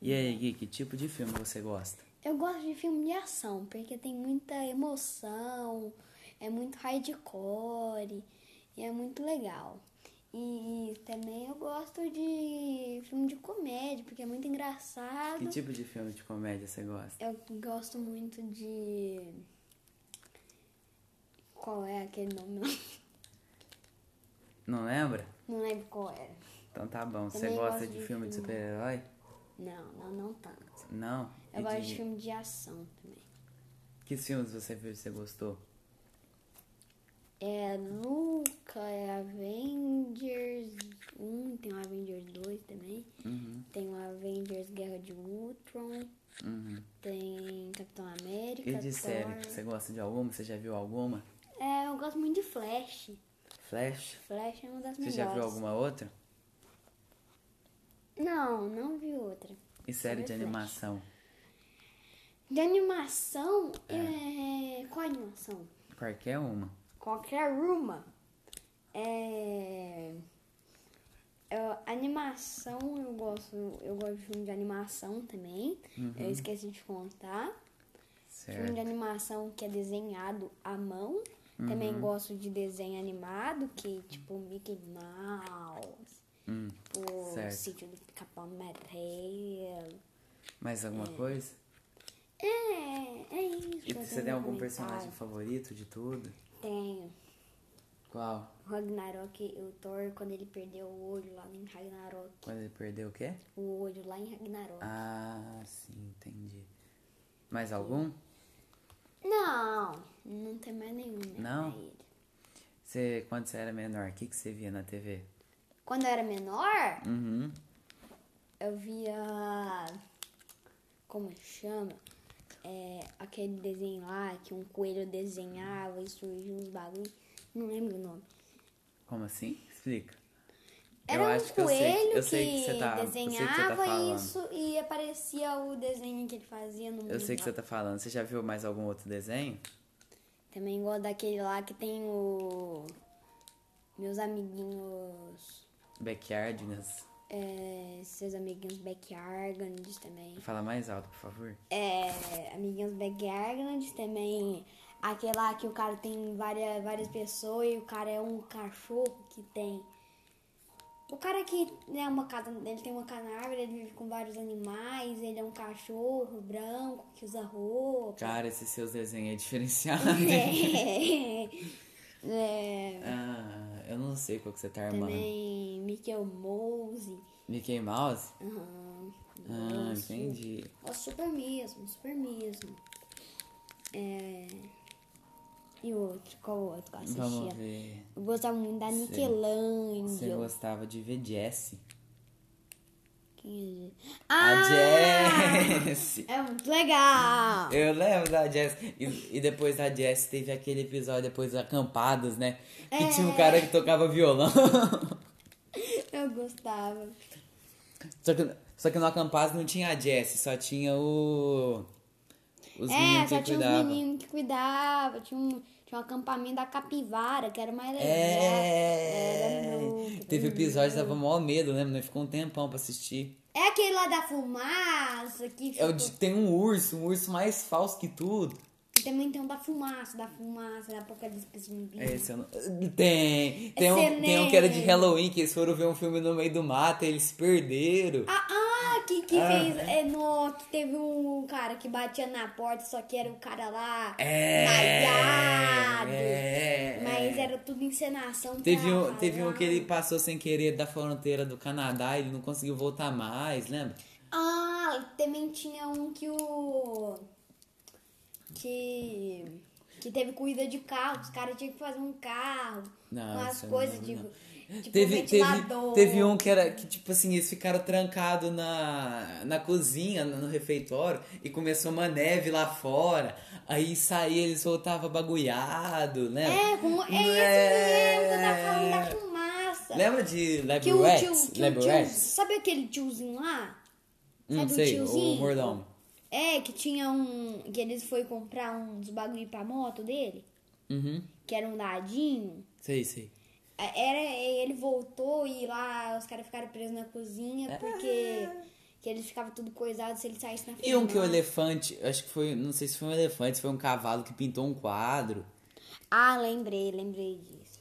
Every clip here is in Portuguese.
E aí, Gui, que tipo de filme você gosta? Eu gosto de filme de ação, porque tem muita emoção, é muito hardcore e é muito legal. E também eu gosto de filme de comédia, porque é muito engraçado. Que tipo de filme de comédia você gosta? Eu gosto muito de. Qual é aquele nome? Não lembra? Não lembro qual é. era. Então tá bom. Você Também gosta gosto de de filme de filme. super-herói? Não, não, não tanto. Não? Eu E gosto de filme de ação também. Que filmes você viu e você gostou? É Luca, é Avengers 1, tem o Avengers 2 também. Uhum, Tem o Avengers Guerra de Ultron, uhum. tem Capitão América. E de série? Thor. Você gosta de alguma? Você já viu alguma? É, eu gosto muito de Flash. Flash? Flash é uma das Você melhores. já viu alguma outra? Não, não vi outra. E série vi de Flash. animação? De animação, é. qual animação? Qualquer uma. Qualquer uma. É... eu- animação, eu gosto, eu gosto de filme de animação também. Eu esqueci de contar. Filme de Uhum. Certo. animação que é desenhado à mão. Uhum, Também gosto de desenho animado, que tipo Mickey Mouse, Hum, o Certo. sítio do Pica-Pau Amarelo. Mais alguma coisa? É, é isso. E eu você tem tenho algum comentário. personagem favorito de tudo? Tenho. Qual? O Ragnarok, o Thor, quando ele perdeu o olho lá em Ragnarok. Quando ele perdeu o quê? O olho lá em Ragnarok. Ah, sim, entendi. Mais algum? Não, não tem mais nenhum, né? Não? pra ele. Você, quando você era menor, o que, que você via na TV? Quando eu era menor, Uhum. eu via. Como chama? É, aquele desenho lá que um coelho desenhava e surgiu uns bagulho. Não lembro o nome. Como assim? Explica. Era um eu coelho sei, eu sei que você tá, eu sei que você desenhava tá falando. isso e aparecia o desenho que ele fazia no mundo. Eu sei que lá. você tá falando. Você já viu mais algum outro desenho? Também gosto daquele lá que tem o. Meus amiguinhos. Backyardigans. é, seus amiguinhos Backyardigans também. Fala mais alto, por favor. É, amiguinhos Backyardigans também. Aquele lá que o cara tem várias, várias pessoas e o cara é um cachorro que tem. O cara que é uma casa, ele tem uma casa na árvore, ele vive com vários animais, ele é um cachorro branco que usa roupa. Cara, esses seus desenhos é diferenciado. É. É. ah, eu não sei qual que você tá armando. Também Mickey Mouse. Mickey Mouse? Aham. Ah, Nossa, entendi. ó, super mesmo, super mesmo. É... E outro, qual outro que eu Vamos assistia? ver. Eu gostava muito da Você Nickelandia. gostava de ver Jessie? Quem é? A Ah! Jessie! É muito legal! Eu lembro da Jess. E, e depois da Jess teve aquele episódio depois das acampadas, né? Que tinha um É. cara que tocava violão. Eu gostava. só, que, só que no acampado não tinha a Jess, só tinha o. Os é, meninos só que tinha cuidavam. uns meninos que cuidavam. Tinha um, tinha um acampamento da capivara, que era mais legal. É. né? Era muito Teve episódio que dava maior medo, lembra? Nós Ficou um tempão pra assistir. É aquele lá da fumaça que É o ficou- de- tem um urso, um urso mais falso que tudo. E também tem um da fumaça, da fumaça, da apocalipse zumbi. É, Esse eu não... Tem. Tem um, Excelente. tem um que era de Halloween, que eles foram ver um filme no meio do mato e eles se perderam. Ah, ah, que, que Ah. fez. É, no, que teve um cara que batia na porta, só que era o cara lá. Malhado. é. Mas era tudo encenação. Teve pra um, teve um falar. que ele passou sem querer da fronteira do Canadá e ele não conseguiu voltar mais, lembra? Ah, e também tinha um que o. Que. Que teve corrida de carro. Os caras tinham que fazer um carro. Não, com as isso eu não coisas, lembro, tipo. Tipo, Teve, teve, ventilador. teve um que era que, tipo assim, eles ficaram trancados na, na cozinha, no no refeitório, e começou uma neve lá fora. Aí saía, eles voltavam bagulhado, né? lembra? É, como, é isso mesmo, você tá falando É. da fumaça. Lembra de Que o Lab tio, Rats? que é o Lab tio, Rats? sabe aquele tiozinho lá? Hum, Sabe sei, o o tiozinho? mordomo. É, que tinha um, que eles foi comprar uns bagulho pra moto dele, Uhum. que era um dadinho. Sei, sei. É, Era, ele voltou e lá os caras ficaram presos na cozinha porque Que ele ficava tudo coisado se ele saísse na frente. E um que o elefante, acho que foi, não sei se foi um elefante, se foi um cavalo que pintou um quadro. Ah, lembrei, lembrei disso.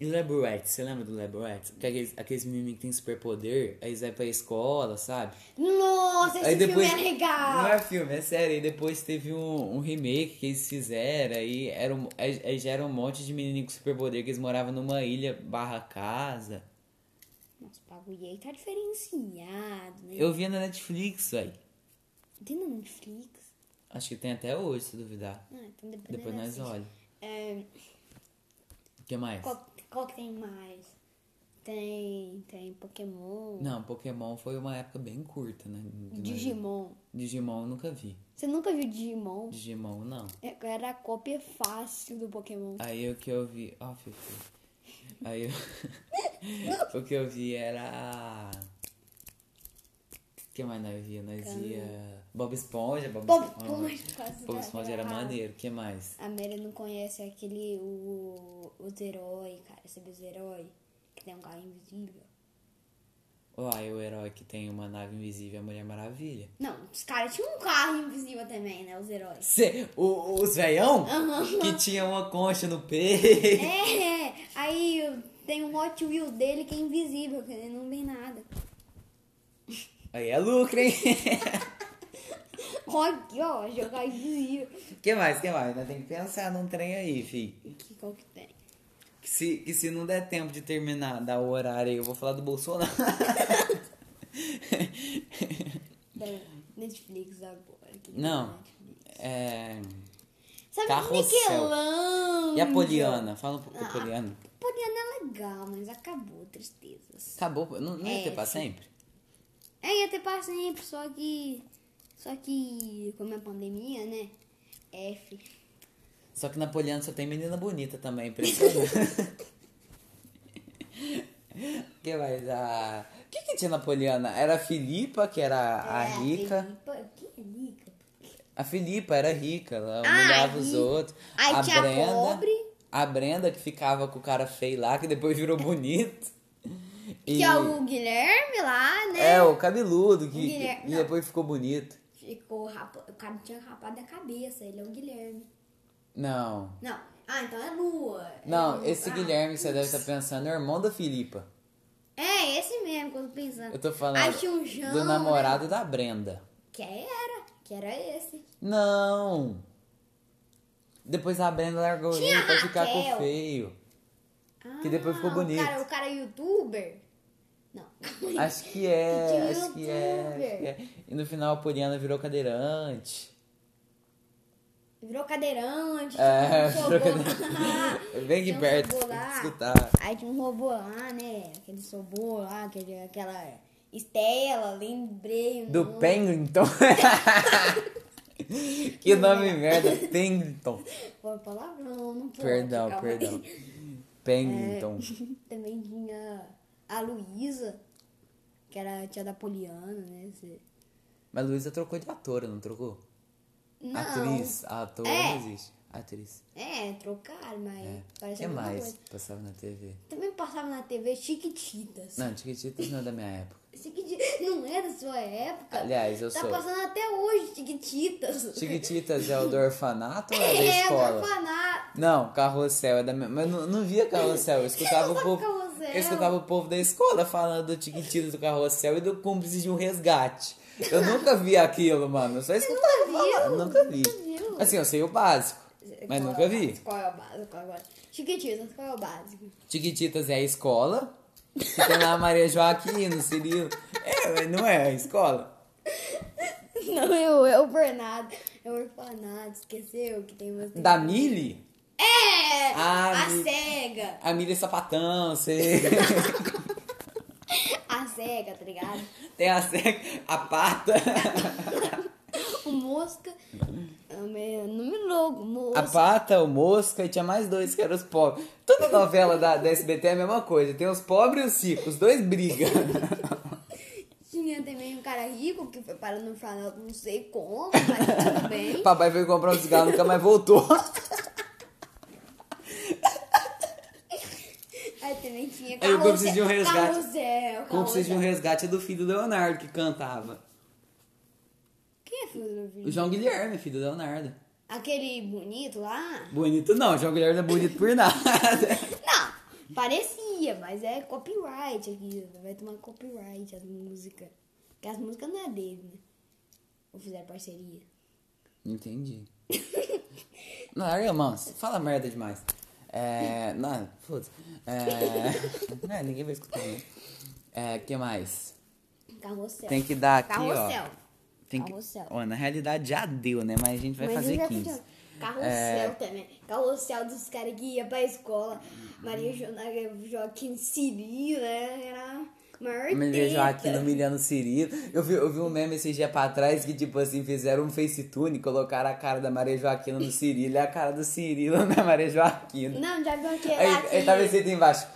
E Lab Rats, você lembra do Lab Rats? Que aqueles, aqueles meninos que tem superpoder, aí eles vai pra escola, sabe? Nossa, esse aí depois, filme é legal! Não é filme, é sério. E depois teve um, um remake que eles fizeram, aí, era um, aí aí já era um monte de menino com superpoder que eles moravam numa ilha barra casa. Nossa, o bagulho aí tá diferenciado, né? Eu via na Netflix, aí. Tem na Netflix? Acho que tem até hoje, se duvidar. Ah, então depois, Depois nós assiste. olha. É, O que mais? qual, qual que tem mais? Tem, tem Pokémon, Não, Pokémon foi uma época bem curta, né? De- é Digimon. Digimon eu nunca vi. Você nunca viu Digimon? Digimon não. É- Era a cópia fácil do Pokémon. Aí o que eu vi. Ó, Fifi. Aí eu... o que eu vi era. O que mais nós via? Nós ia. Bob Esponja, Bob, Bob Esponja. é Esponja, quase Bob dá Esponja era errado. maneiro. O que mais? A Mary não conhece aquele, o, os herói, cara, sabe os herói? Que tem um carro invisível. Uai, o herói que tem uma nave invisível é a Mulher Maravilha. Não, os caras tinham um carro invisível também, né, os heróis. Cê, o, os veião? Que tinha uma concha no peito. É, aí tem um Hot Wheels dele que é invisível, que ele não vê nada. Aí é lucro, hein? Ó, Aqui, ó, jogar invisível. que mais? que mais? Nós temos que pensar num trem aí, fi. Que, qual que tem? Que se, que se não der tempo de terminar, dar o horário aí, eu vou falar do Bolsonaro. Da Netflix agora. Que tem na Não. Netflix. É... Sabe Carrossel. Michelangelo? E a Poliana? Fala um pouco da Ah, Poliana. Poliana é legal, mas acabou, tristezas. Acabou, não, não ia É, ter pra sim. sempre? É, ia ter pra sempre, só que. Só que. Como é pandemia, né? F. Só que na Poliana só tem menina bonita também, impressionante. que mais? A... O que que tinha na Poliana? Era a Filipa, que era a É, rica. Felipa- Quem é rica? A Filipa era rica, ela Ah, humilhava os rica. outros. Aí a tinha a Brenda, pobre. A Brenda que ficava com o cara feio lá, que depois virou bonito. E Que é o Guilherme lá, né? é, o cabeludo, que, Guilherme, que- e não. depois ficou bonito. Ficou rapa... O cara tinha rapado a cabeça, ele é o Guilherme. Não. Não. Ah, então é Lua. É Não, Lua. esse Ah, Guilherme que você deve estar pensando é o irmão da Filipa. É, esse mesmo, quando pensando. Eu tô falando Aí tinha o João, do né? namorado da Brenda. Que era, que era esse. Não. Depois a Brenda largou Tinha ele pra a ficar com o Raquel. feio. Ah, Que depois ficou bonito. O cara, o cara é youtuber? Não. Acho que é, De acho que é, acho youtuber. que é. E no final a Poliana virou cadeirante. Virou cadeirante. É, tinha um virou robô lá. cadeirante. Vem aqui Tinha um perto, robô tem que lá. escutar. Aí tinha um robô lá, né? Aquele robô lá, aquele, aquela Estela, lembrei. o Do nome. Penguinton. que é. nome merda, Penguinton. Foi palavrão, não pode. Perdão, calma aí. É, perdão. Penguinton. Também tinha a Luísa, que era a tia da Poliana, né? Cê- Mas a Luísa trocou de atora, não trocou? Não. Atriz, Ah, ator É. não existe. Atriz. É, trocaram, mas É. O parece que a mesma mais coisa. passava na TV? Também passava na TV Chiquititas. Não, Chiquititas não é da minha época. Chiquititas não é da sua época. Aliás, eu tá sou. passando até hoje Chiquititas. Chiquititas é o do orfanato ou é da É, do escola? orfanato. Não, carrossel é da minha. Mas eu não, não via carrossel. Eu escutava, o Você não povo, sabe Carrossel? eu escutava o povo da escola falando do tiquitito do carrossel e do cúmplice de um resgate. Eu nunca vi aquilo, mano. Eu só escutava. viu? falar, nunca vi. Nunca viu. Assim, eu sei o básico. Mas Qual é nunca o vi. básico? Qual é o básico agora? Chiquititas, qual é o básico? Tiquititas é a escola. Que tem lá a Maria Joaquina, Cirilo. É, mas não é a escola. Não, eu, é o Bernardo. É o orfanato, esqueceu que tem você. Da Mili? É! Ah, a me- cega! A Mili é sapatão, sei. A cega, tá ligado? tem a seca, a pata. O mosca. é o meu Nome louco, A mosca. Pata, o Mosca e tinha mais dois que eram os pobres. Toda novela da, da SBT é a mesma coisa. Tem os pobres e os ricos. Os dois brigam. Tinha também um cara rico que foi parar no orfanato, não sei como, mas tudo bem. Papai veio comprar um cigarro nunca mais voltou. Aí também também tinha. Aí o que eu preciso de um Carrossel, resgate. Carrossel, Como precisa de um carrossel. resgate é do filho do Leonardo que cantava. Quem é filho do Leonardo? O João Guilherme, filho do Leonardo. Aquele bonito lá? Bonito não, o João Guilherme é bonito por nada. Não, parecia, mas é copyright aqui. Vai tomar copyright as músicas. Porque as músicas não é dele, né? Ou fizeram parceria. Entendi. Não, larga a mão, você fala merda demais. É. Não, putz. É. é, ninguém vai escutar. Né? É, que mais? Carrossel. Tem que dar aqui, Carrossel. ó. Tem que... Carrossel. Ó, na realidade já deu, né? Mas a gente vai Mas fazer É. ainda 15. funciona. Carrossel um também. Carrossel dos caras que ia pra escola. Maria Jo- Joaquim Siri, né? Era a maior Me aqui teta. humilhando o Cirilo. Eu vi, eu vi um meme esses dias pra trás que, tipo assim, fizeram um facetune, colocaram a cara da Maria Joaquina no Cirilo e a cara do Cirilo na Maria Joaquina. Não, já viu aquele Aí, lá que aí tava escrito embaixo.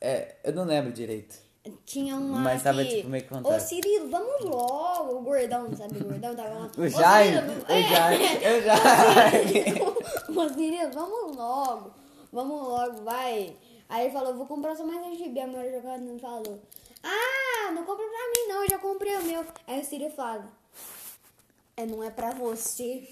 É, eu não lembro direito. tinha uma mas tava, que... tipo, meio que Ô, contrário. Cirilo, vamos logo. O gordão, sabe? O gordão tava lá. O Jaime, Ô, Cirilo, o Jaime, é. o Jaime. Ô, Cirilo, vamos logo. Vamos logo, vai. Aí ele falou, vou comprar só mais um gibi. A mulher jogando não falou. Ah, não compra pra mim não, eu já comprei o meu. Aí o Cirilo fala, é, não é pra você.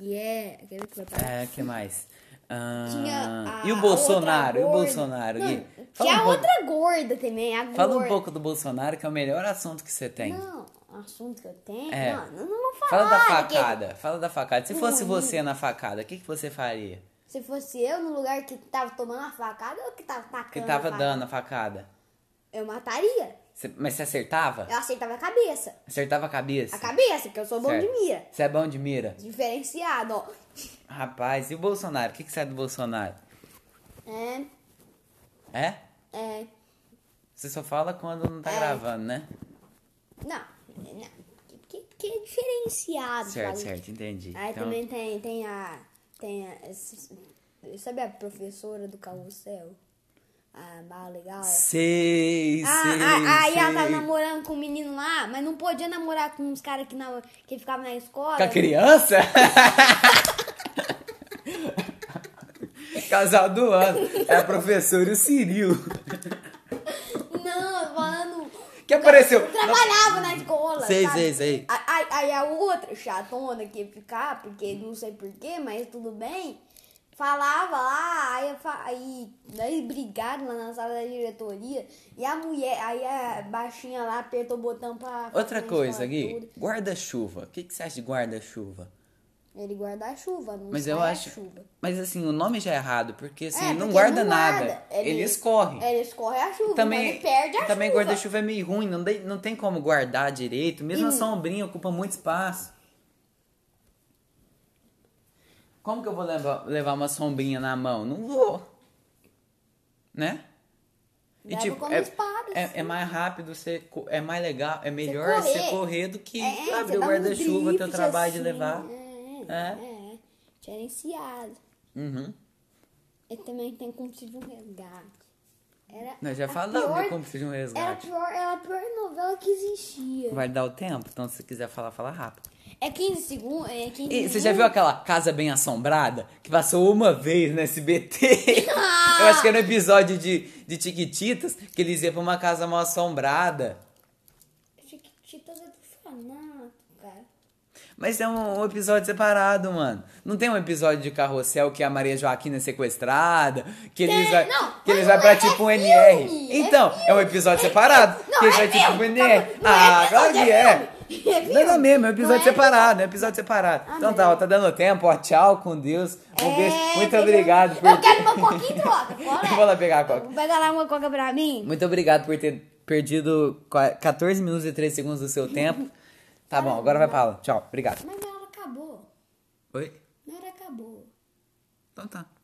E é, quer ver que vai parar? É, que mais? Ah, Tinha a- e o a Bolsonaro? E o outra gorda. Bolsonaro, Não, Gui? que a um pouco, outra gorda também, a gorda. fala um pouco do Bolsonaro, que é o melhor assunto que você tem. Não, o assunto que eu tenho. É. Não, não, não vou Fala falar. da porque facada, fala da facada. Se fosse Ui. você na facada, o que, que você faria? Se fosse eu no lugar que tava tomando a facada ou que tava tacando. Que a tava facada, dando a facada. Eu mataria. Você- mas você acertava? Eu acertava a cabeça. Acertava a cabeça? A cabeça, porque eu sou bom de Certo. mira. Você é bom de mira? Diferenciado, ó. Rapaz, e o Bolsonaro? O que, que você é do Bolsonaro? É, É? é. Você só fala quando não tá É. gravando, né? Não, não. Porque, porque é diferenciado. Certo, sabe? certo, entendi. Aí Então- Ah, também tem, tem a. Tem a. esse- Sabe a professora do carrossel? A mais legal? Sei, sei, Ah, ah, aí ela tava sei. namorando com um menino lá, mas não podia namorar com uns caras que, na- que ficavam na escola. Com a criança? Casal do ano. É a professora e o Cirilo. Não, eu tô falando. Que apareceu. Trabalhava na escola. Sei, sabe? sei, sei. A- Aí, aí a outra chatona que ia ficar, porque não sei porquê, mas tudo bem. Falava lá, aí, eu fa- aí, aí brigaram lá na sala da diretoria. E a mulher, aí a baixinha lá apertou o botão pra. Outra na coisa, escola Gui. toda. Guarda-chuva. O que, que você acha de guarda-chuva? Ele guarda a chuva, não Mas eu sai a acho. chuva. Mas assim, o nome já é errado, porque assim, É, não porque guarda não nada. guarda. Ele, escorre. Ele escorre a chuva, mas Também, Tipo, ele perde a também chuva. guarda-chuva é meio ruim, não, dei- não tem como guardar direito. Mesmo a E- sombrinha ocupa muito espaço. Como que eu vou levar, levar uma sombrinha na mão? Não vou. Né? Leva como espada, é, assim. é mais rápido, você, co- é mais legal, é melhor correr. você correr do que É, abrir você o dá um guarda-chuva, teu drift, trabalho de assim, levar. É, É. é. é. Gerenciado. Uhum. E também tem combustível um resgate. Era Nós já a falamos pior, de como se de um Era a resgate. pior, era a pior novela que existia. Vai dar o tempo, então se quiser falar, fala rápido. É 15 segundos. É 15 E você segundos. já viu aquela Casa Bem Assombrada? Que passou uma vez no SBT. Eu acho que era um episódio de, de Tiquititas que eles iam pra uma casa mal assombrada. Chiquititas é do fanato, cara. Mas é um, um episódio separado, mano. Não tem um episódio de carrossel que a Maria Joaquina é sequestrada, que eles Tem, vai, não, que eles mas vai não pra é- tipo um é NR. filme, é então, é, um episódio separado. Não, que eles é vai tipo um filme, NR. não é ah, episódio, claro que é é. filme, é Não, filme. não é mesmo, é um Não episódio é Ah, separado, é um episódio separado. então tá, ó, tá dando tempo, ó, tchau, com Deus. Um beijo, É, muito beijo. obrigado por Eu quero uma coquinha em troca. Qual é? Vou lá pegar a coca. Pega lá uma coca pra mim. Muito obrigado por ter perdido qua- 14 minutos e 3 segundos do seu tempo. Tá bom, agora vai pra aula. Tchau, obrigado. Mas minha hora acabou. Oi? Minha hora acabou. Então tá.